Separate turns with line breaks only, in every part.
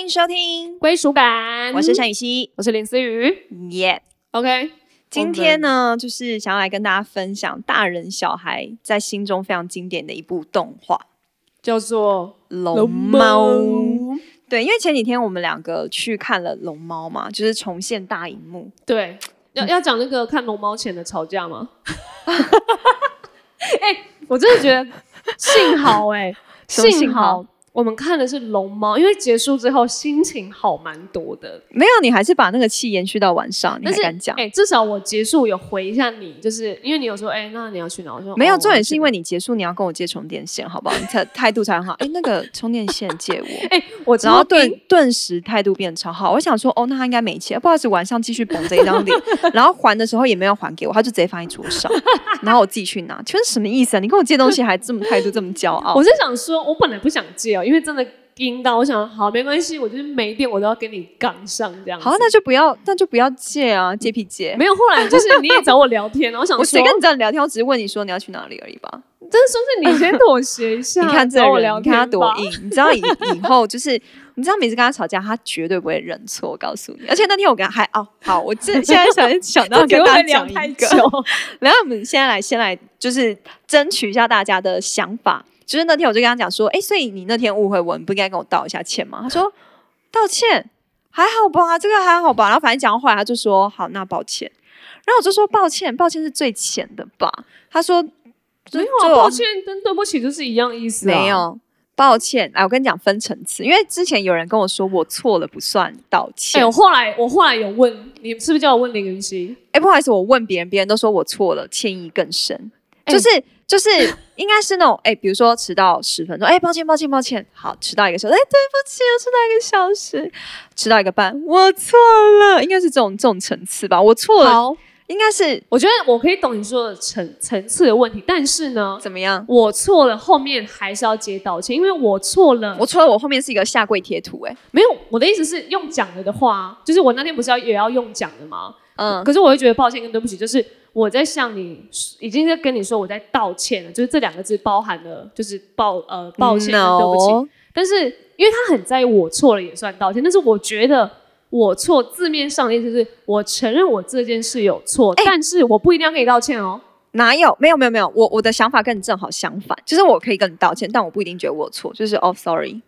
迎收听，
归属感。
我是沈雨熙，
我是林思雨。
耶、
OK，
今天呢，就是想要来跟大家分享大人小孩在心中非常经典的一部动画《
叫做
龙猫》。对，因为前几天我们两个去看了《龙猫》嘛，就是重现大荧幕。
对，要要讲那个看龙猫前的吵架吗？ 哎、我真的觉得幸好哎、
什么幸
幸
好
好我们看的是龙猫，因为结束之后心情好蛮多的。
没有，你还是把那个气延续到晚上，你
但
还
是
敢讲？
哎、至少我结束有回一下你，就是因为你有说哎、那你要去哪？我说
没有，
哦
重
我要
点
去
是因为你结束你要跟我借充电线，好不好？你态态度才很好。哎、那个充电线借我。
哎、我
然后
超
顿
冰
顿时态度变超好，我想说哦，那他应该没钱，不好意思，晚上继续绷着一张脸，然后还的时候也没有还给我，他就直接放在桌上，然后我自己去拿，请问什么意思啊？你跟我借东西还这么态度这么骄傲
我？是想说，我本来不想借哦，因为真的阴到，我想好没关系，我就是没电我都要跟你杠上这样子。
好，那就不要，那就不要借啊，借屁借。
没有，后来就是你也找我聊天，然后我 想
我
说，
谁跟你这样聊天？我只是问你说你要去哪里而已吧。
真的算是你先妥协一 下，
你看这
啊找我
人，
聊
你
天
看他多
吧。
硬，你知道以以后就是，你知道每次跟他吵架，他绝对不会认错，我告诉你。而且那天我跟他还哦，好，我这现在想想到
这
跟
节目
大
会
家
聊
讲
太
一
久
个，，然后我们现在来，先来就是争取一下大家的想法。就是那天我就跟他讲说，哎、所以你那天误会我，你不应该跟我道一下歉吗？他说道歉还好吧，这个还好吧。然后反正讲到后来，他就说好，那抱歉。然后我就说抱歉，抱歉是最浅的吧？他说
没有
就
啊，抱歉跟对不起就是一样意思、啊。
没，有。抱歉，哎来，我跟你讲分层次，因为之前有人跟我说我错了不算道
哎、
歉。
我后来我后来有问你，是不是叫我问林云熙？
哎、不好意思，我问别人，别人都说我错了，歉意更深。
哎
就是、就是，应该是那种哎、比如说迟到十分钟，哎、抱歉抱歉抱歉，好，迟到一个小时，哎、对不起，我迟到一个小时，迟到一个半，我错了，应该是这种这种层次吧，我错了，
好，
应该是
我觉得我可以懂你说的层层次的问题，但是呢，
怎么样？
我错了，后面还是要接道歉，因为我错了。
我错了，我后面是一个下跪贴图、哎，
没有，我的意思是用讲了的话，就是我那天不是要也要用讲的吗？
嗯，
可是我会觉得抱歉跟对不起，就是我在向你，已经在跟你说我在道歉了，就是这两个字包含了，就是抱呃抱歉跟对不起。
No
但是因为他很在意我错了也算道歉，但是我觉得我错字面上的意思是我承认我这件事有错，
哎
但是我不一定要跟你道歉哦。
哪有？没有没有没有，我我的想法跟你正好相反，就是我可以跟你道歉，但我不一定觉得我有错，就是哦，sorry，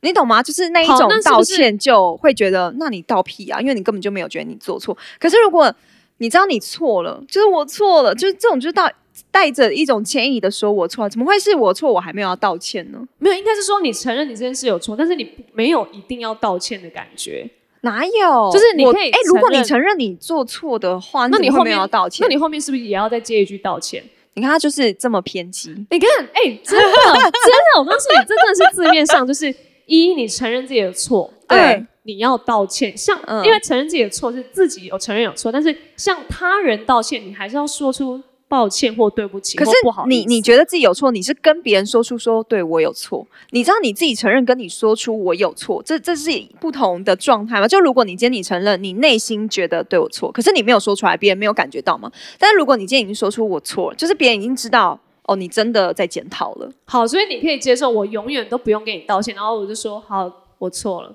你懂吗？就是那一
好
种
那是
道
不是
歉就会觉得，那你道屁啊，因为你根本就没有觉得你做错。可是如果你知道你错了，就是我错了，就是这种就是到带着一种歉意的说我错了，啊怎么会是我错？我还没有要道歉呢？
没有，应该是说你承认你这件事有错，但是你不没有一定要道歉的感觉。
哪有？
就是你
我
可以
哎，如果你
承
承认你做错的话，
那
你
你
怎么会
后
没
面
有要道歉？
那你后面是不是也要再接一句道歉？
你看他就是这么偏激，
你看，哎、真的，真的，我告诉你，真的是字面上就是一，你承认自己的错；
对
二，你要道歉。像、
嗯
因为承认自己的错是自己有承认有错，但是向他人道歉，你还是要说出抱歉或对不起
可
或
是
不好意
你
思。
你觉得自己有错，你是跟别人说出说对我有错，你知道你自己承认跟你说出我有错，这这是不同的状态吗？就如果你今天你承认，你内心觉得对我错，可是你没有说出来，别人没有感觉到吗？但如果你今天已经说出我错了，就是别人已经知道哦，你真的在检讨了。
好，所以你可以接受我永远都不用跟你道歉，然后我就说好，我错了，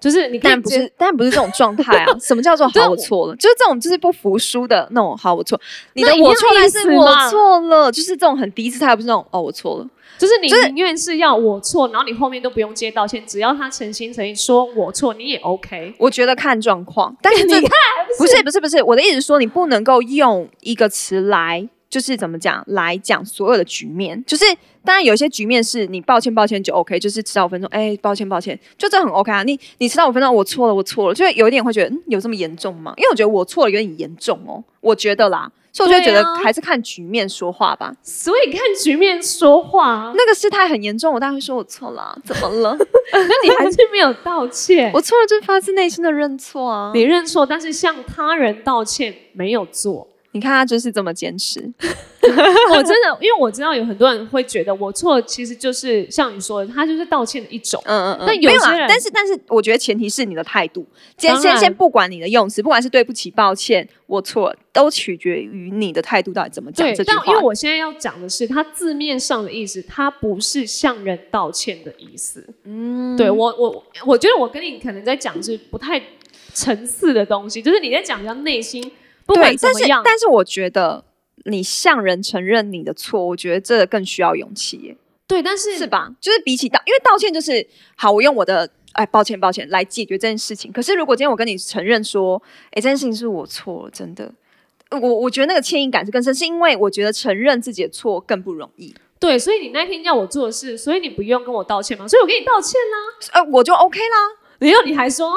就是你可以
但不
接
是，但不是这种状态 啊！什么叫做
对
好我
我
错了？就是这种就是不服输的那种好我错。你的
那一样
我错来
意
是
思
我
嘛
错了，就是这种很低姿态，而不是那种哦我错了。
就是你
就是
宁愿是要我错，然后你后面都不用接道歉，只要他诚心诚意说我错，你也 OK。
我觉得看状 况，但是这
你看
不是不是不是，我的意思是说，你不能够用一个词来，就是怎么讲来讲所有的局面。就是当然有些局面是你抱歉抱歉就 OK，就是迟到五分钟，哎、抱歉抱歉，就这很 OK 啊。你你迟到五分钟，我错了我错了，就会有一点会觉得、嗯、有这么严重吗？因为我觉得我错了有点严重哦，我觉得啦，所以我就觉
对
得
啊
还是看局面说话吧。
所以看局面说话啊，
那个事态很严重，我当然会说我错了啊、怎么 了？
那你还是没有道歉，
我错了就是发自内心的认错啊。
你认错，但是向他人道歉没有做。
你看他就是这么坚持，
我真的，因为我知道有很多人会觉得我错，其实就是像你说的，他就是道歉的一种。
嗯嗯嗯，
但有
没
些
啊
人
但是但是，我觉得前提是你的态度。先
当
先
然
先不管你的用词，不管是对不起、抱歉、我错，都取决于你的态度到底怎么讲
对
这，句
但
话。
因为我现在要讲的是，它字面上的意思，它不是向人道歉的意思。
嗯，
对我我我觉得我跟你可能在讲是不太层次的东西，就是你在讲比较内心，不管
对，
怎
但
么
是
样，
但是，我觉得你向人承认你的错，我觉得这更需要勇气耶，
对，但是
是吧？就是比起道，因为道歉就是好，我用我的。哎，抱歉，抱歉，来解决这件事情。可是如果今天我跟你承认说，哎，这件事情是我错了，真的，我我觉得那个歉意感是更深，是因为我觉得承认自己的错更不容易。
对，所以你那天要我做的事，所以你不用跟我道歉嘛，所以我跟你道歉啦。
呃，我就 OK 啦，
然后你还说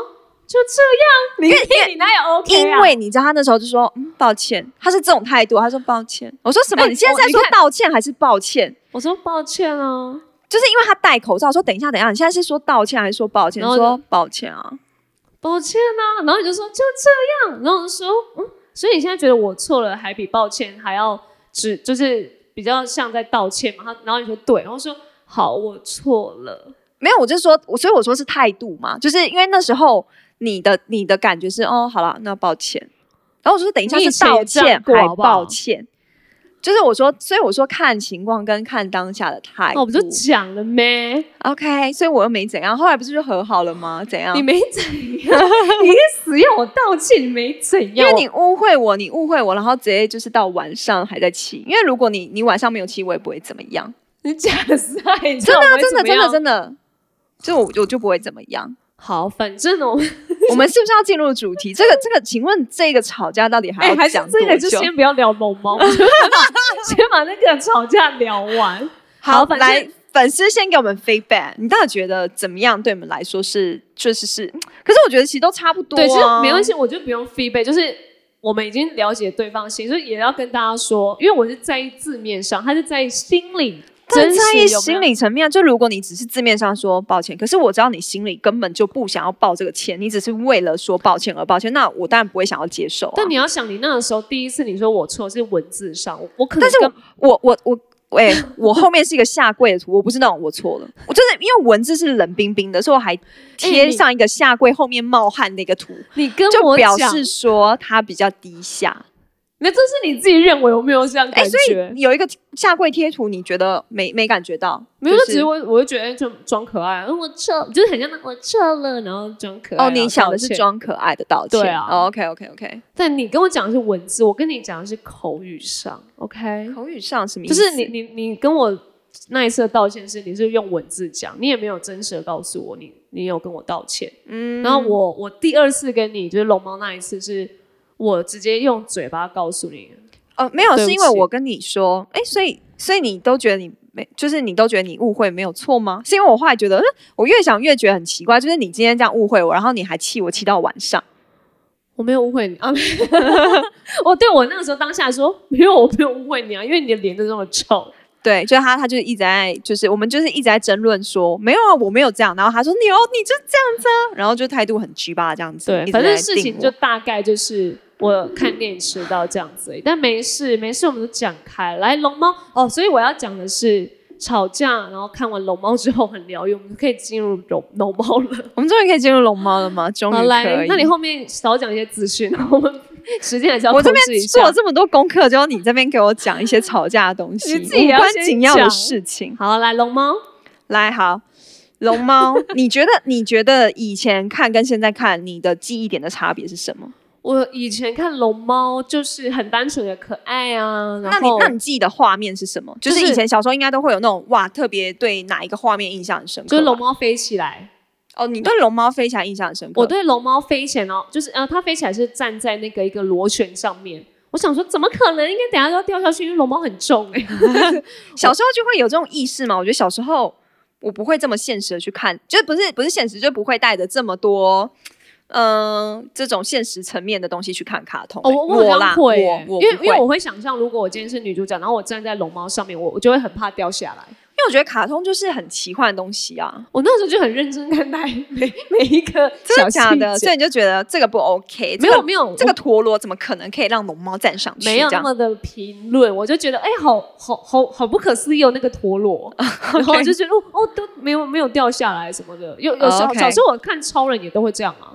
就这样，你你哪有 OK 啊？
因为你知道他那时候就说，嗯，抱歉，他是这种态度，他说抱歉。我说什么？
哎
你现在是在
我
说
你看
道歉还是抱歉？
我说抱歉啊，
就是因为他戴口罩，说等一下，等一下，你现在是说道歉还是说抱歉？
然后
说抱歉啊，
抱歉啊，然后你就说就这样，然后我就说嗯，所以你现在觉得我错了，还比抱歉还要只就是比较像在道歉嘛？他然后你说对，然后说好，我错了，
没有，我就说，我所以我说是态度嘛，就是因为那时候你的你的感觉是，哦，好了，那抱歉。然后我说等一下
你以
是
前
道
也这样
歉
过
还
好不好
抱歉，就是我说，所以我说看情况跟看当下的态度。
哦那我不就讲了咩？
OK，所以我又没怎样，后来不是就和好了吗？怎样？
你没怎 样，你死要我道歉，你没怎
因
样，
为你误会我，你误会我，然后直接就是到晚上还在气。因为如果你你晚上没有气，我也不会怎么样。
你假赛，真
真的啊、真的真的真的，就我我就不会怎么样。
好，反正哦我们
我们是不是要进入主题？这个这个，请问这个吵架到底还
哎、
要
还是
讲多
这
久？
个就先不要聊萌猫， 我觉得先把那个吵架聊完。
好，
好反正
来粉丝先给我们 feedback，你到底觉得怎么样？对我们来说是确实是，可是我觉得其实都差不多、啊。
对，其实没关系，我就不用 feedback，就是我们已经了解对方心，所以也要跟大家说，因为我是在意字面上，他是在意心里，
真
真实
在
有
意
没有
心理层面啊，就如果你只是字面上说抱歉，可是我知道你心里根本就不想要抱这个歉，你只是为了说抱歉而抱歉，那我当然不会想要接受、啊。
但你要想，你那个时候第一次你说我错是文字上，我我可能
但是
跟
我我我，喂、我后面是一个下跪的图，我不是那种我错了，我就是因为文字是冷冰冰的，所以我还贴
哎你
上一个下跪后面冒汗的一个图，
你跟
就
我
表
讲
示，说他比较低下。
那这是你自己认为，我没有这样
哎、
感
所
觉。
以有一个下跪贴图，你觉得没没感觉到？
没有，
就
就是只是我我就觉得就装可爱，嗯，我撤，就是很像那我撤了，然后装可爱。
哦，
然
你
后
想
道
的是
歉
装可爱的道歉。哦
对啊
o k OK OK。
但你跟我讲的是文字，我跟你讲的是口语上，OK？
口语上什么意
就
思？
是你你你跟我那一次的道歉是你是用文字讲，你也没有真实的告诉我你你有跟我道歉。
嗯
然后我我第二次跟你就是龙猫那一次是。我直接用嘴巴告诉你，
呃没有，
对
是
不
因为
起
我跟你说，哎，所以所以你都觉得你没，就是你都觉得你误会没有错吗？是因为我后来觉得，嗯，我越想越觉得很奇怪，就是你今天这样误会我，然后你还气我气到晚上，
我没有误会你啊！没有 我对我那个时候当下说没有，我没有误会你啊，因为你的脸就这么臭，
对，就是他他就一直在就是我们就是一直在争论说没有啊，我没有这样，然后他说你哦你就这样子啊，然后就态度很鸡巴这样子，
对
一，直
反正
在
事
定
情
我
就大概就是我看电影迟到这样子而已，但没事没事，我们都讲开。来，龙猫哦，所以我要讲的是吵架，然后看完龙猫之后很疗愈，我们可以进入龙龙猫了。
我们终于可以进入龙猫了吗？终于
好，
可
来，
以。
那你后面少讲一些资讯， 我们时间还是要
我
控
这边
制一
做
下
了。这么多功课，结果你这边给我讲一些吵架的 东西，
你自己也
无
要
关
先
紧要的
讲
事情。
好，来龙猫，
来，好，龙 猫，你觉得你觉得以前看跟现在看，你的记忆点的差别是什么？
我以前看龙猫就是很单纯的可爱啊，然
那你
后
那你记忆的画面是什么？就
就是是
以前小时候应该都会有那种哇，特别对哪一个画面印象很深刻吧。
就是龙猫飞起来，
哦，你对龙猫飞起来印象很深刻。
我对龙猫飞起来，然后就是呃，它飞起来是站在那个一个螺旋上面。我想说，怎么可能？应该等下就要掉下去，因为龙猫很重哎、
小时候就会有这种意识嘛。我觉得小时候我不会这么现实的去看，就是不是不是现实，就不会带着这么多。嗯、这种现实层面的东西去看卡通、
哦，
欸
我
我
好
啦
像，会
我
欸、
我
因为
不
因为
会
我会想象，如果我今天是女主角，然后我站在龙猫上面，我我就会很怕掉下来。
为我觉得卡通就是很奇幻的东西啊，
我那时候就很认真看待每 每一个
真
小
的假的？
细节
所以你就觉得这个不 OK，
没
这
有
个
没有
这个陀螺怎么可能可以让龙猫站上去？
没有
这样
那么的评论，我就觉得哎、好好好好不可思议哦，那个陀 螺，然后我就觉得哦哦都没有没有掉下来什么的。有有时
哦
候
，OK
小时候我看超人也都会这样啊，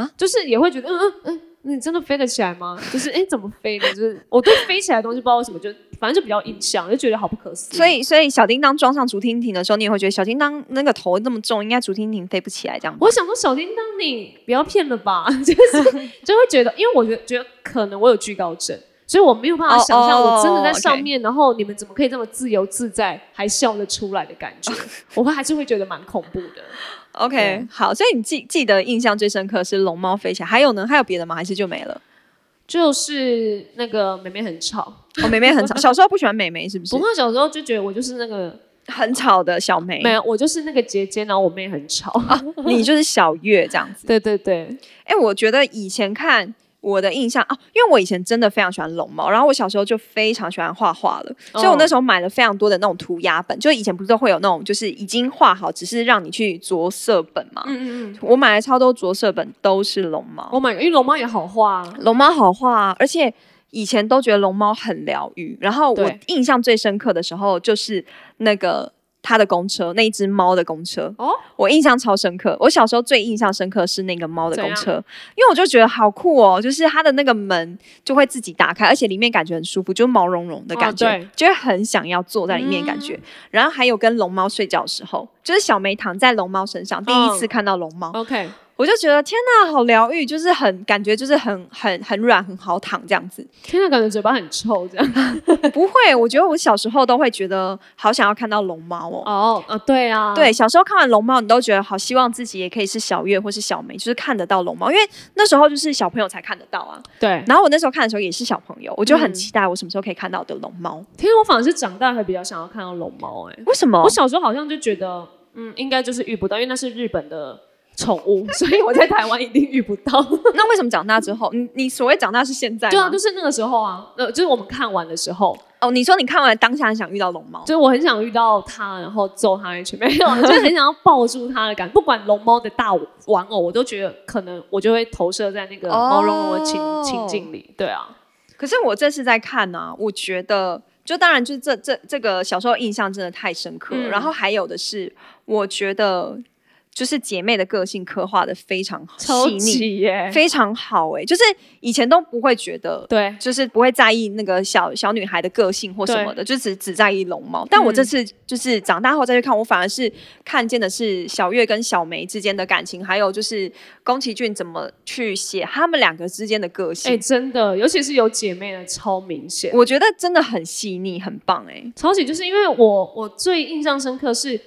啊，
就是也会觉得嗯嗯嗯，你真的飞得起来吗？ 就是哎、怎么飞的？就是我对飞起来的东西不知道为什么，就反正就比较印象，就觉得好不可思议。
所以，所以小叮当装上竹蜻蜓的时候，你也会觉得小叮当那个头那么重，应该竹蜻蜓飞不起来这样吧。
我想说，小叮当，你不要骗了吧， 就是就会觉得，因为我觉得觉得可能我有惧高症，所以我没有办法
哦
想象
哦
我真的在上
，OK
面然后你们怎么可以这么自由自在，还笑得出来的感 觉，我会还是会觉得蛮恐怖的。
OK，
对
好，所以你记记得印象最深刻是龙猫飞起来，还有呢？还有别的吗？还是就没了？
就是那个妹妹很吵，
哦，妹妹很 吵，小时候不喜欢妹妹是不是
不？过小时候就觉得我就是那个
很吵的小梅，
没有，我就是那个姐姐，然后我妹很吵。
你就是小月这样子。
对对对，
哎、我觉得以前看我的印象啊，因为我以前真的非常喜欢龙猫，然后我小时候就非常喜欢画画了，所以我那时候买了非常多的那种涂鸦本，就以前不是都会有那种就是已经画好，只是让你去着色本嘛。
嗯嗯嗯
我买了超多着色本，都是龙猫。
，Oh my god，因为龙猫也好画、啊，
龙猫好画、啊，而且以前都觉得龙猫很疗愈。然后我
对
印象最深刻的时候就是那个它的公车，那一只猫的公车。
哦，
我印象超深刻。我小时候最印象深刻是那个猫的公车
怎，
因为我就觉得好酷哦，就是它的那个门就会自己打开，而且里面感觉很舒服，就毛茸茸的感觉，
哦对嗯
就会很想要坐在里面的感觉。然后还有跟龙猫睡觉的时候，就是小梅躺在龙猫身上，第一
嗯
次看到龙猫，
OK，
我就觉得天呐，好疗愈，就是很感觉就是很很很软，很好躺这样 子。
天呐，感觉嘴巴很臭这样。
不会，我觉得我小时候都会觉得好想要看到龙猫哦。
哦，啊，对啊，
对，小时候看完龙猫，你都觉得好希望自己也可以是小月或是小梅，就是看得到龙猫，因为那时候就是小朋友才看得到啊。
对，
然后我那时候看的时候也是小朋友，我就很
嗯
期待我什么时候可以看到我的龙猫。
天啊，我反而是长大还比较想要看到龙猫哎。
为什么
我？小时候好像就觉得，嗯，应该就是遇不到，因为那是日本的宠物， 所以我在台湾一定遇不 到。
那为什么长大之后，你你所谓长大是现在
对啊，
吗
就？是那个时候啊，呃，就是我们看完的时候，
哦，你说你看完当下很想遇到龙猫，
就是我很想遇到它，然后揍它一拳，没 有，就是很想要抱住它的感觉。不管龙猫的大玩偶，我都觉得可能我就会投射在那个
哦
毛茸茸的情、情境里。对啊，
可是我这次在看呢、我觉得就当然就是这这这个小时候印象真的太深刻了。
嗯
然后还有的是，我觉得就是姐妹的个性刻画的非常
超
细腻，
级耶、
非常好哎、就是以前都不会觉得。
对，
就是不会在意那个小小女孩的个性或什么的，就只只在意龙猫。但我这
嗯
次就是长大后再去看，我反而是看见的是小月跟小梅之间的感情，还有就是宫崎骏怎么去写他们两个之间的个性
哎、。真的，尤其是有姐妹的，超明显。
我觉得真的很细腻，很棒哎、
超级就是因为我我最印象深刻是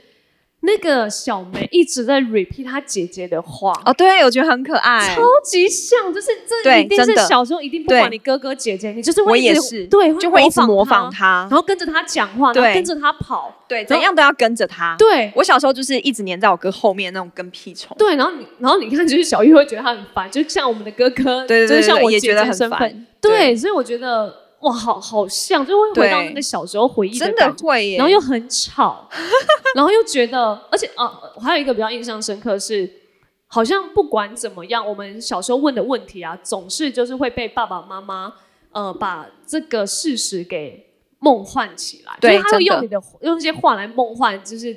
那个小梅一直在 repeat 她姐姐的话，
哦，对，我觉得很可爱
超。级像，就是这
对
一定是
真的
小时候一定不
对
管你哥哥姐姐，你就是
我
会一直
也是
对，
就会一直模
仿
仿
她，
他
然，后跟着她讲话，然
对
后跟着她跑，
对，
然后
怎样都要跟着他。
对。
我小时候就是一直黏在我哥后面那种跟屁虫。
对，然后你，然后你看，就是小玉会觉得他很烦，就像我们的哥哥，
对对对
就是像
对
我
也
姐
觉
姐
得
的
很
身
烦
份，
对
对，所以我觉得哇，好好像，就会回到
对
那个小时候回忆
真
感
的
觉
会耶。
然后又很 吵，然后又觉得，而且啊，我还有一个比较印象深刻是，好像不管怎么样，我们小时候问的问题啊，总是就是会被爸爸妈妈呃把这个事实给梦幻起来，
对
就是他
真
会
的
用你的用一些话来梦幻，就是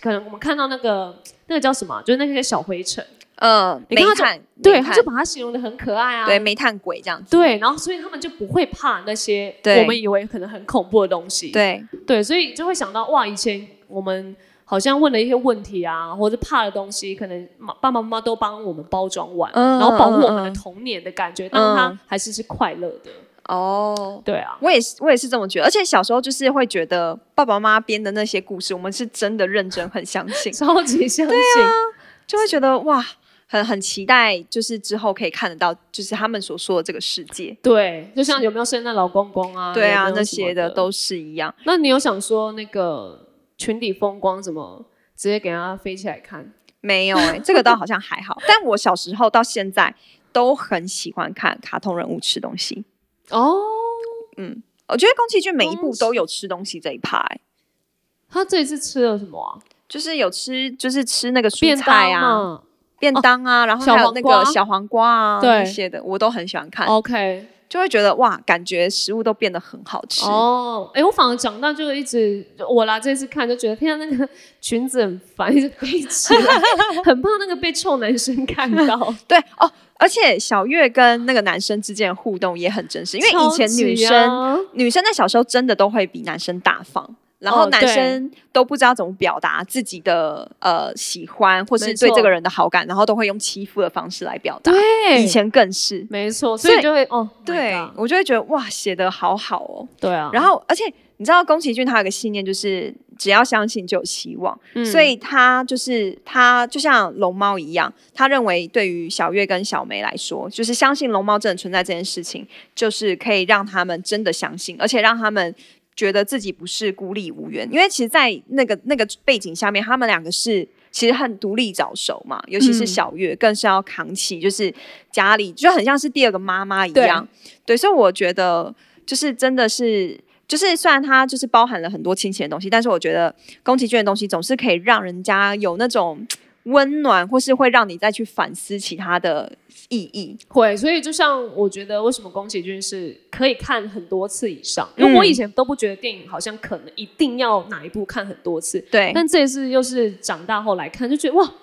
可能我们看到那个那个叫什么啊，就是那些小灰尘，
嗯，
你
煤
看他
炭，
对，
煤
他
炭
就把它形容的很可爱啊，
对煤炭鬼这样子。
对，然后所以他们就不会怕那些
对
我们以为可能很恐怖的东西，
对
对，所以就会想到哇，以前我们好像问了一些问题啊，或者怕的东西，可能妈爸爸妈妈都帮我们包装完，
嗯
然后保护我们
嗯嗯嗯
的童年的感觉，但它还是是快乐的。
哦，
对啊，
我也是，我也是这么觉得。而且小时候就是会觉得爸爸妈妈编的那些故事，我们是真的认真很相 信，
超级相信。
啊就会觉得哇，很很期待，就是之后可以看得到，就是他们所说的这个世界。
对，就像有没有圣诞老公公啊？
对
有
啊
没，
那
有什么
些
的
的。都是一样。
那你有想说那个群体风光怎么直接给它飞起来看？
没有哎、这个倒好像还好。但我小时候到现在都很喜欢看卡通人物吃东西。
哦，
我觉得宫崎骏每一部
宫崎
都有吃东西这一趴、欸，
他这一次吃了什么啊？
就是有吃，就是吃那个蔬
便
菜
当
啊、
嘛。
便当啊，然后
小
还有
黄
那
瓜
个小黄瓜啊
对哦
那些的，我都很喜欢看，
OK，
就会觉得哇，感觉食物都变得很好吃。
哦，哎，我反而长大就一直我啦，这次看就觉得天啊，那个裙子很烦，一直背起来， 很怕那个被臭男生看到。
对哦，而且小月跟那个男生之间的互动也很真 实，因为以前女
超级
生、
啊
女生在小时候真的都会比男生大方。然后
哦
男
对
生都不知道怎么表达自己的、呃喜欢，或是
没
对
错
这个人的好感，然后都会用欺负的方式来表达。
对
以前更是，
没错，
所以
所以就会哦，
对
my god，
我就会觉得哇，写的好好哦。
对啊，
然后，而且你知道宫崎骏他有个信念，就是只要相信就有希望，
嗯
所以他就是他就像龙猫一样，他认为对于小月跟小梅来说，就是相信龙猫真的存在这件事情，就是可以让他们真的相信，而且让他们。觉得自己不是孤立无援，因为其实，在那个那个背景下面，他们两个是其实很独立早熟嘛，尤其是
嗯
小月，更是要扛起就是家里，就很像是第二个妈妈一
对
样。对，所以我觉得就是真的是，就是虽然它就是包含了很多亲情的东西，但是我觉得宫崎骏的东西总是可以让人家有那种温暖，或是会让你再去反思其他的意义。
会，所以就像我觉得，为什么宫崎骏是可以看很多次以上？
嗯
因为我以前都不觉得电影好像可能一定要哪一部看很多次，
对，
但这一次又是长大后来看，就觉得哇，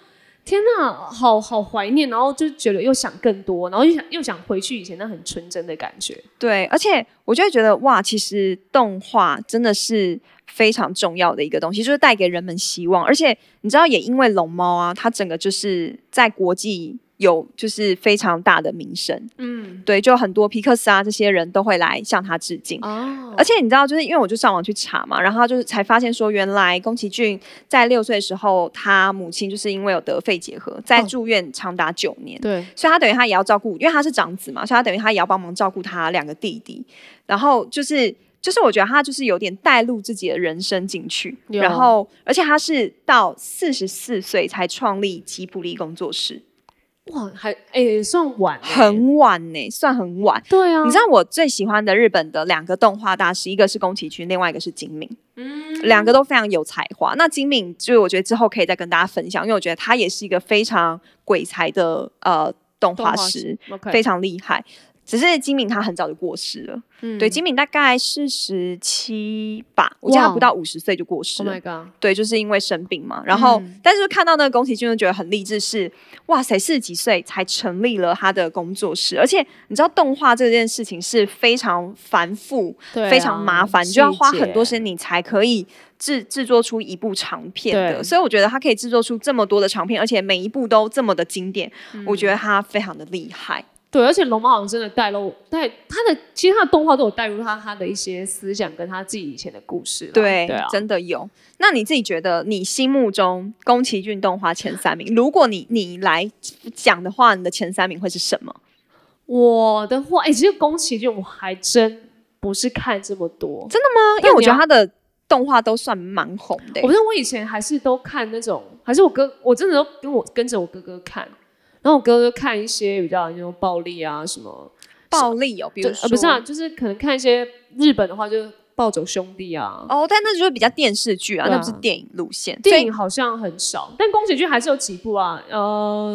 天呐，好好怀念，然后就觉得又想更多，然后又想又想回去以前那很纯真的感觉。
对，而且我就会觉得哇，其实动画真的是非常重要的一个东西，就是带给人们希望。而且你知道，也因为龙猫啊，它整个就是在国际有就是非常大的名声，
嗯，
对，就很多皮克斯啊这些人都会来向它致敬。
哦
而且你知道，就是因为我就上网去查嘛，然后就是才发现说，原来宫崎骏在六岁的时候，他母亲就是因为有得肺结核，在
哦
住院长达九年，
对，
所以他等于他也要照顾，因为他是长子嘛，所以他等于他也要帮忙照顾他两个弟弟。然后就是就是我觉得他就是有点带入自己的人生进去，
有
然后而且他是到四十四岁才创立吉卜力工作室，
哇，还诶、算晚、欸，
很晚呢、算很晚。
对啊，
你知道我最喜欢的日本的两个动画大师，一个是宫崎骏，另外一个是金敏，
嗯
两个都非常有才华。那金敏就是我觉得之后可以再跟大家分享，因为我觉得他也是一个非常鬼才的呃动
动画
画师，
OK，
非常厉害。只是金敏他很早就过世了，
嗯
对，金敏大概四十七吧，我记得他
哇
不到五十岁就过世
，Oh
了。
my god，
对，就是因为生病嘛。然后，
嗯
但是看到那个宫崎骏，就觉得很励志是，哇塞，四十几岁才成立了他的工作室，而且你知道动画这件事情是非常繁复、
对啊、
非常麻烦，你就要花很多时
间。
间，你才可以制制作出一部长片的。
对
所以我觉得他可以制作出这么多的长片，而且每一部都这么的经典，
嗯
我觉得他非常的厉害。
对，而且龙猫好像真的带入带他的，其实他的动画都有带入他他的一些思想跟他自己以前的故事啦。
对，
对啊，
真的有。那你自己觉得，你心目中宫崎骏动画前三名， 如果你你来讲的话，你的前三名会是什么？
我的话，哎、其实宫崎骏我还真不是看这么多，
真的吗？因为
但
我
你
觉得
呃
他
要
的动画都算蛮红的、
我不是我以前还是都看那种，还是我哥，我真的都跟我跟着我哥哥看，然后我哥哥看一些比较那种暴力啊什么，
暴力哦，比
就
如说、
呃不是啊，就是可能看一些日本的话，就是暴走兄弟啊，
哦，但那就是比较电视剧啊，
对啊
那不是电影路线。
电
所以
影好像很少，但宫崎骏还是有几部啊，嗯、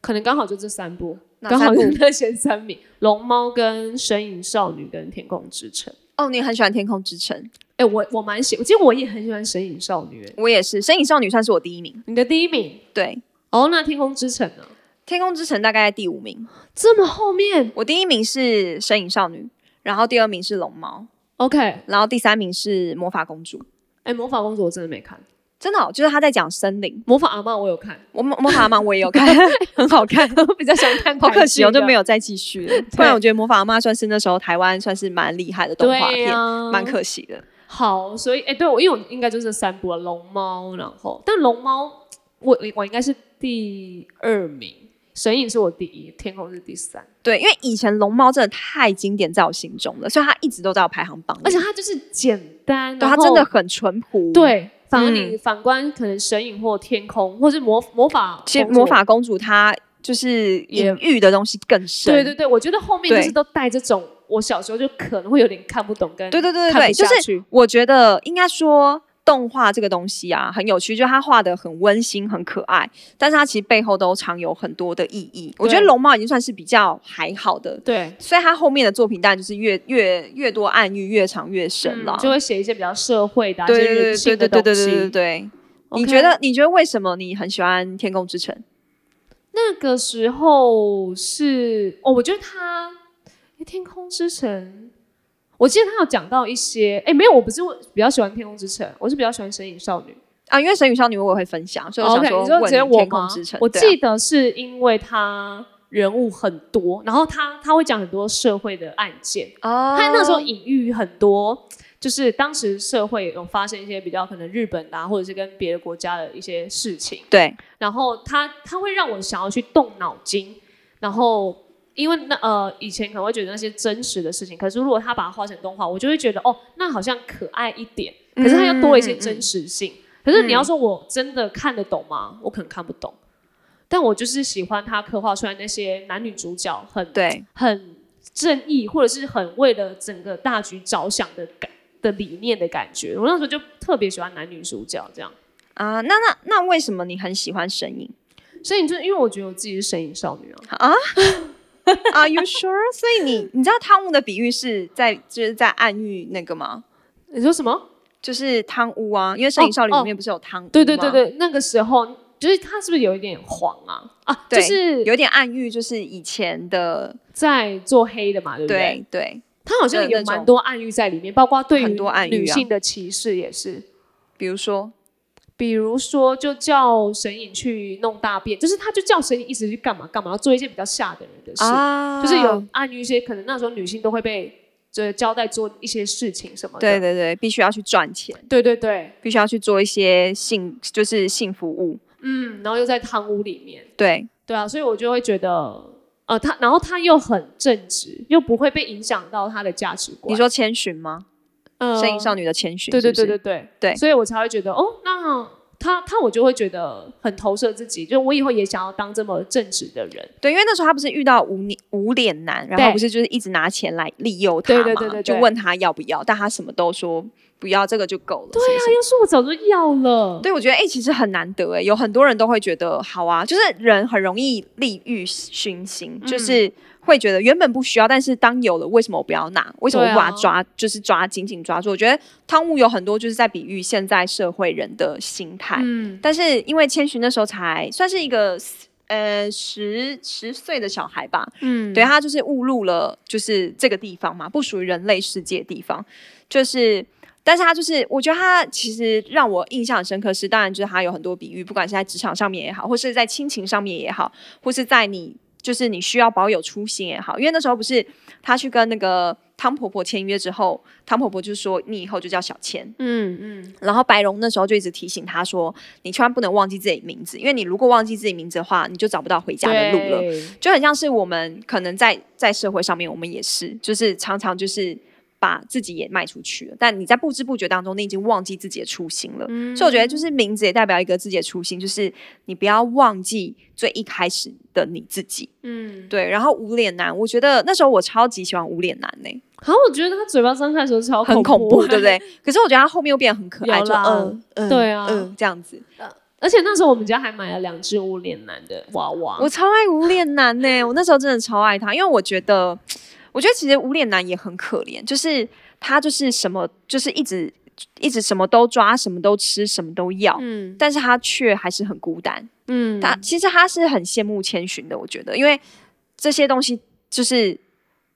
可能刚好就这三部，
哪
刚
三
好
部
是那前三名，《龙猫》跟《神隐少女》跟《天空之城》。
哦，你很喜欢《天空之城》，
哎、我我蛮喜，我记得我也很喜欢《神隐少女》欸。
我也是，《身影少女》算是我第一名。
你的第一名
对，
哦，那《天空之城》呢？
《天空之城》大概第五名，
这么后面
我第一名是《身影少女》，然后第二名是龙猫，
？OK，哎、
然后第三名是魔法公主。
魔法公主我真的没看，《
真的、哦，就是他在讲森林，
魔法阿嬷》我有看，
我魔魔法阿妈我也有看，很好 看。
我比较想看。
好可惜哦，就没
有
有再继续了。不然我觉得《魔法阿妈》算是那时候台湾算是蛮厉害的动画
对啊
片，
呀，
蛮、可惜的。
好，所以哎、对我因为我应该就是这三部了，《龙猫》，然后但《龙猫》我我应该是第二名，《神隐》是我第一，《天空》是第三，
对，因为以前龙猫真的太经典在我心中了，所以它一直都在我排行榜里。
而且它就是简单，
对
然
它
后
真的很嗯淳朴。，
对。反而你反观可能神隐或天空，或是魔魔法，
其实魔法公主她就是
也
隐喻的东西更深。
对对对，我觉得后面就
对
是都带这种，我小时候就可能会有点看不懂跟
对对对对
看
对
不
就
下
是
去。
我觉得应该说。动画这个东西啊，很有趣，就是它画的很温馨、很可爱，但是它其实背后都常有很多的意义。我觉得
对
龙猫已经算是比较还好的，
对，
所以它后面的作品当然就是越越越多暗喻，越长越深了。
嗯就会写一些比较社会的、啊、一
对对
些人
对对
性
对
的东
对
西。
对对对对。你
OK
觉得你觉得为什么你很喜欢《天空之城》？
那个时候是哦，我觉得他《天空之城》，我记得他有讲到一些，哎，没有，我不是比较喜欢《天空之城》，我是比较喜欢《神隐少女》。
啊，因为《神与少女》我也会分享，所以我想
哦 OK，
说
你就
问
觉得
《
我
天空
吗
之城》？
我
对啊
记得是因为他人物很多，然后他他会讲很多社会的案件，
哦，
他那时候隐喻很多，就是当时社会有发生一些比较可能日本啊，或者是跟别的国家的一些事情，
对
然后他他会让我想要去动脑筋，然后因为那呃以前可能会觉得那些真实的事情，可是如果他把它画成动画，我就会觉得哦，那好像可爱一点，可是它又多了一些真实性。可是你要说我真的看得懂吗？我可能看不懂，但我就是喜欢他刻画出来那些男女主角很
对，
很正义，或者是很为了整个大局着想的感的理念的感觉。我那时候就特别喜欢男女主角这样，
啊，那那那为什么你很喜欢神隐
所以你就因为我觉得我自己是神隐少女啊，
啊？Are you sure？所以你你知道汤屋的比喻是在就是在暗喻那个吗？
你说什么？
就是汤屋啊，因为《神隐少女》里面不是有汤屋吗？
哦对对对对，那个时候就是他是不是有一点黄啊？啊，就
对
是
有点暗喻，就是以前的
在做黑的嘛，对不对？
对对，
他好像
的那
有蛮多暗喻在里面，包括对于
很多暗喻啊
女性的歧视也是。
比如说
比如说，就叫神隐去弄大便，就是他就叫神隐一直去干嘛干嘛，要做一些比较吓的人的事，
啊
就是有暗喻一些可能那时候女性都会被就是交代做一些事情什么的。
对对对，必须要去赚钱，
对对对，
必须要去做一些性就是性服务，
嗯，然后又在汤屋里面，
对
对啊，所以我就会觉得，呃，他然后他又很正直，又不会被影响到他的价值观。
你说千寻吗？
呃，
神隐少女的千寻，
对对
是
对
不
对
是，
对
对
所以我才会觉得，哦，那他他我就会觉得很投射自己，就我以后也想要当这么正直的人。哎
对，因为那时候他不是遇到无脸无脸男，然后
对
不是就是一直拿钱来利诱他嘛，
对对对对对
就问他要不要，但他什么都说不要，这个就够了。对
他啊又说我早就要了，
对，我觉得哎、其实很难得哎、有很多人都会觉得好啊，就是人很容易利欲熏心，
嗯
就是会觉得原本不需要，但是当有了，为什么我不要拿？为什么我
对啊
不把它抓，就是抓紧紧抓住？我觉得汤姆有很多就是在比喻现在社会人的心态，
嗯，
但是因为千寻那时候才算是一个呃十十岁的小孩吧，
嗯，
对他就是误入了就是这个地方嘛，不属于人类世界的地方，就是。但是他就是，我觉得他其实让我印象很深刻是，当然就是他有很多比喻，不管是在职场上面也好，或是在亲情上面也好，或是在你就是你需要保有初心也好，因为那时候不是他去跟那个汤婆婆签约之后，汤婆婆就说你以后就叫小千，
嗯嗯，
然后白荣那时候就一直提醒他说，你千万不能忘记自己名字，因为你如果忘记自己名字的话，你就找不到回家的路了。
对
就很像是我们可能在在社会上面，我们也是，就是常常就是把自己也卖出去了，但你在不知不觉当中，你已经忘记自己的初心了。所以我觉得，就是名字也代表一个自己的初心，就是你不要忘记最一开始的你自己。
嗯，
对，然后无脸男，我觉得那时候我超级喜欢无脸男呢、
好，我觉得他嘴巴张开的时候超
很恐怖，
怖，
对 不？对？可是我觉得他后面又变得很可爱，
有
就
啦
嗯嗯，
对啊
嗯这样子。
而且那时候我们家还买了两只无脸男的娃娃，
我超爱无脸男呢、我那时候真的超爱他，因为我觉得，我觉得其实无脸男也很可怜，就是他就是什么，就是一直一直什么都抓，什么都吃，什么都要，
嗯
但是他却还是很孤单。
嗯，
他其实他是很羡慕千寻的，我觉得，因为这些东西就是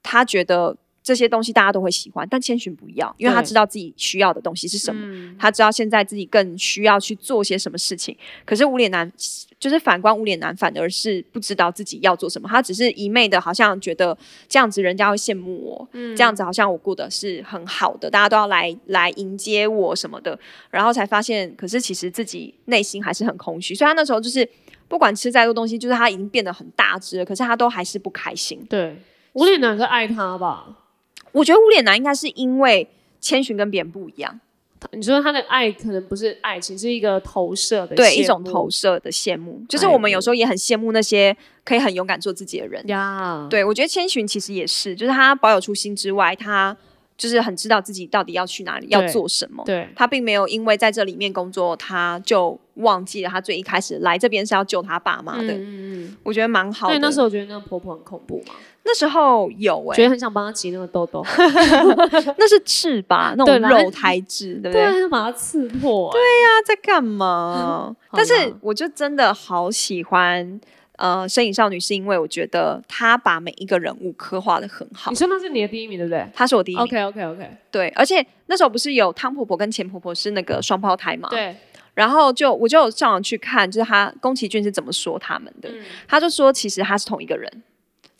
他觉得这些东西大家都会喜欢，但千寻不要，因为他
对
知道自己需要的东西是什么，
嗯
他知道现在自己更需要去做些什么事情。可是无脸男就是反观无脸男，反而是不知道自己要做什么，他只是一昧的，好像觉得这样子人家会羡慕我，这
嗯
样子好像我过得是很好的，大家都要来来迎接我什么的，然后才发现，可是其实自己内心还是很空虚，所以他那时候就是。不管吃再多东西，就是他已经变得很大只了，可是他都还是不开心。
对无脸男是爱他吧？
我觉得无脸男应该是因为千寻跟别人不一样，
他你说他的爱可能不是爱情，是一个投射的
对
羡慕
一种投射的羡慕，就是
哎
我们有时候也很羡慕那些可以很勇敢做自己的人。
呀，
对我觉得千寻其实也是，就是他保有初心之外，他就是很知道自己到底要去哪里，要
对
做什么。
对
他并没有因为在这里面工作，他就忘记了他最一开始来这边是要救他爸妈的。
嗯嗯嗯。
我觉得蛮好
对，
的。
那时候我觉得那个婆婆很恐怖嘛，
那时候有哎、
觉得很想帮她挤那个痘痘，
那是翅吧，那
对
种
啦
肉胎痣，对不对？
对，嗯就把它刺破、对呀、
他在干嘛？
好
但是
啦
我就真的好喜欢呃《身影少女》，是因为我觉得她把每一个人物刻画的很好
你。说那是你的第一名，对不对
她是我第一名，
？OK OK OK，
对，而且那时候不是有汤婆婆跟钱婆婆是那个双胞胎嘛？。
对，
然后就我就有上网去看，就是她宫崎骏是怎么说他们的。
嗯
他就说，其实他是同一个人，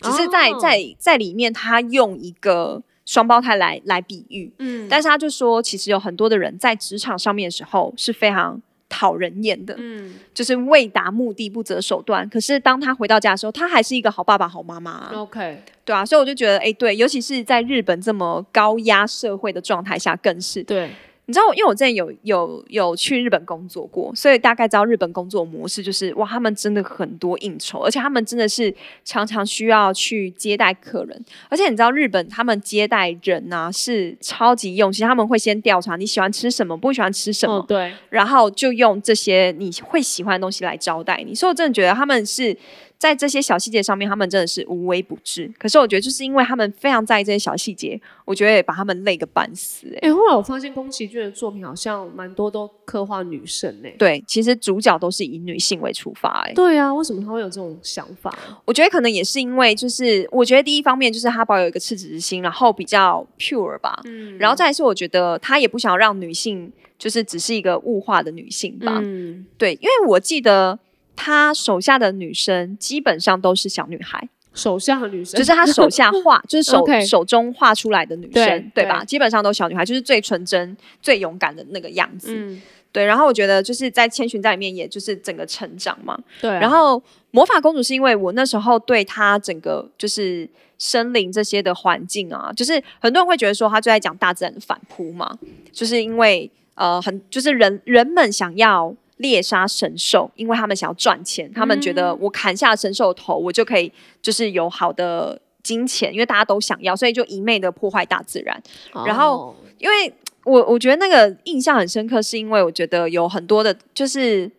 只是在、
哦
在在里面他用一个双胞胎来来比喻，
嗯
但是他就说，其实有很多的人在职场上面的时候是非常讨人厌的，
嗯，
就是为达目的不择手段。可是当他回到家的时候，他还是一个好爸爸、好妈妈啊、
哦 OK，
对啊，所以我就觉得，哎，对，尤其是在日本这么高压社会的状态下，更是。
对，
你知道，因为我之前有有有去日本工作过，所以大概知道日本工作模式就是哇，他们真的很多应酬，而且他们真的是常常需要去接待客人，而且你知道日本他们接待人呢、是超级用心，他们会先调查你喜欢吃什么，不喜欢吃什么，
哦对，
然后就用这些你会喜欢的东西来招待你。所以我真的觉得他们是在这些小细节上面，他们真的是无微不至。可是我觉得就是因为他们非常在意这些小细节，我觉得也把他们累个半死、欸。
哎、后来我发现宫崎骏的作品好像蛮多都刻画女生呢、
对，其实主角都是以女性为出发、欸。
对啊，为什么他会有这种想法？啊
我觉得可能也是因为，就是我觉得第一方面就是他保有一个赤子之心，然后比较 pure 吧。
嗯
然后再来是，我觉得他也不想让女性就是只是一个物化的女性吧。
嗯，
对，因为我记得他手下的女生基本上都是小女孩，
手下的女生
就是他手下 画，就是手
OK
手中画出来的女生，
对
对吧？基本上都是小女孩，就是最纯真、最勇敢的那个样子。
嗯，
对，然后我觉得就是在《千寻》在里面，也就是整个成长嘛。
对啊、
然后魔法公主是因为我那时候对她整个就是森林这些的环境啊，就是很多人会觉得说她就在讲大自然的反扑嘛，就是因为呃很就是人人们想要。猎杀神兽，因为他们想要赚钱，他们觉得我砍下神兽的头，我就可以就是有好的金钱，因为大家都想要，所以就一昧的破坏大自然。然后
哦
因为我我觉得那个印象很深刻，是因为我觉得有很多的，就是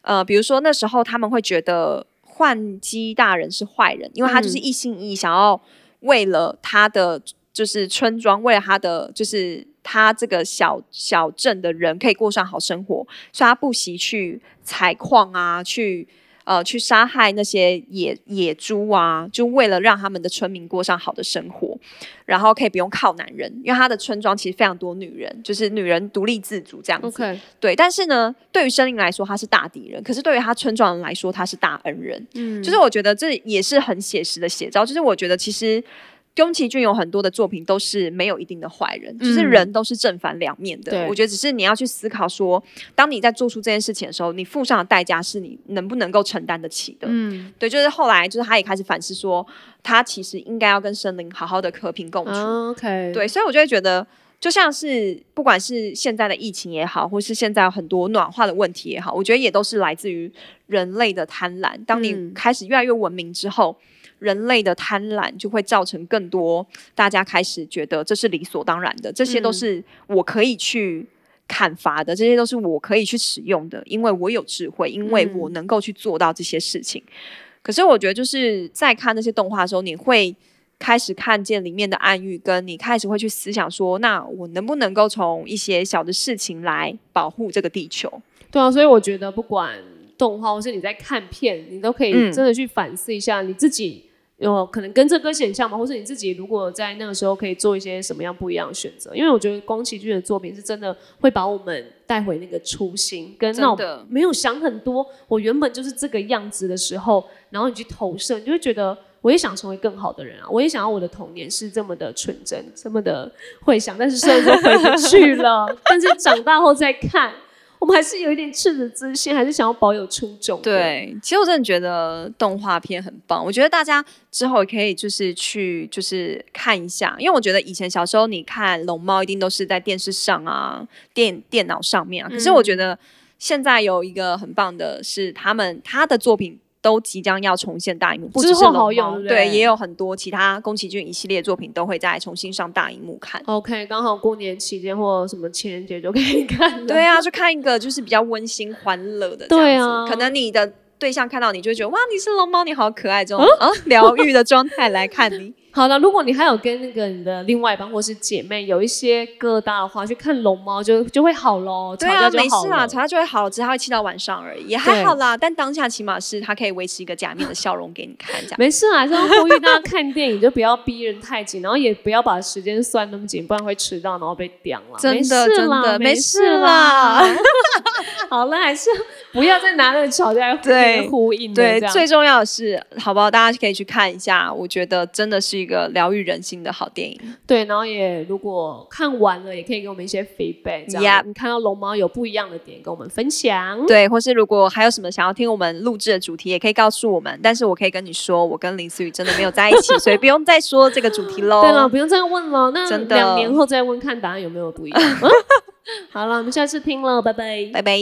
呃，比如说那时候他们会觉得换姬大人是坏人，因为他就是一心一意想要为了他的就是村庄，为了他的就是他这个小小镇的人可以过上好生活，所以他不惜去采矿啊，去。呃，去杀害那些野野猪啊，就为了让他们的村民过上好的生活。然后可以不用靠男人，因为他的村庄其实非常多女人，就是女人独立自主这样子。
OK，
对，但是呢，对于森林来说他是大敌人，可是对于他村庄人来说他是大恩人。
嗯，
就是我觉得这也是很写实的写照。就是我觉得其实宫崎骏有很多的作品都是没有一定的坏人，就是人都是正反两面的。
嗯对
我觉得只是你要去思考说，当你在做出这件事情的时候，你付上的代价是你能不能够承担得起的。
嗯，
对，就是后来就是他也开始反思说，他其实应该要跟森林好好的和平共处。
啊 OK，，
对，所以我就会觉得，就像是不管是现在的疫情也好，或是现在有很多暖化的问题也好，我觉得也都是来自于人类的贪婪。当你
嗯
开始越来越文明之后，人类的贪婪就会造成更多大家开始觉得这是理所当然的，这些都
嗯
是我可以去。砍伐的这些都是我可以去使用的，因为我有智慧，因为
嗯
我能够去做到这些事情。可是我觉得，就是在看那些动画的时候，你会开始看见里面的暗喻，跟你开始会去思想说，那我能不能够从一些小的事情来保护这个地球？
对啊，所以我觉得不管动画或是你在看片，你都可以
嗯
真的去反思一下你自己。有可能跟这歌很像嘛，或是你自己如果在那个时候可以做一些什么样不一样的选择？因为我觉得宫崎骏的作品是真的会把我们带回那个初心，跟那种
的，
没有想很多，我原本就是这个样子的时候，然后你去投射，你就会觉得我也想成为更好的人啊，我也想要我的童年是这么的纯真，这么的会想，但是虽然说回不去 了，但是长大后再看，我们还是有一点赤子之心，还是想要保有初衷。，
对。其实我真的觉得动画片很棒，我觉得大家之后也可以就是去就是看一下，因为我觉得以前小时候你看龙猫一定都是在电视上啊、电电
嗯
脑上面啊，可是我觉得现在有一个很棒的是他们他的作品。都即将要重现大荧幕，不
之
只是
后
龙
好友
猫
对不
对，
对
也有很多其他宫崎骏一系列作品都会再重新上大荧幕看。
OK，刚好过年期间或什么情人节就可以看了。
对啊，就看一个就是比较温馨欢乐的这
对
样子，
啊
可能你的对象看到你就会觉得哇，你是龙猫，你好可爱， 这种啊疗愈的状态来看你。
好了，如果你还有跟那个你的另外一半或是姐妹有一些疙瘩的话，去看龙猫就就会好喽，吵
对啊
架，就
没
好
事啦，
了。
吵架就会好了，只是他会气到晚上而已，也还
对
好啦。但当下起码是他可以维持一个假面的笑容给你看，这样。
没事啊啦，这样呼吁大家看电影就不要逼人太紧，然后也不要把时间算那么紧，不然会迟到，然后被刁啦。
真
没
的
事
真
啦
的
没
事
啦。
啦，
好了，还是不要再拿那个吵架来呼
对
应呼应了
对
这，样
最重要的是，好不好？大家可以去看一下，我觉得真的是一个疗愈人心的好电影。
对，然后也如果看完了，也可以给我们一些 feedback，这样
Yep
你看到龙猫有不一样的点，跟我们分享。
对，或是如果还有什么想要听我们录制的主题，也可以告诉我们。但是我可以跟你说，我跟林思雨真的没有在一起，所以不用再说这个主题喽。
对了，不用再问了，那
真的
嗯两年后再问，看答案有没有不一样。好了，我们下次听了，拜拜。
拜拜。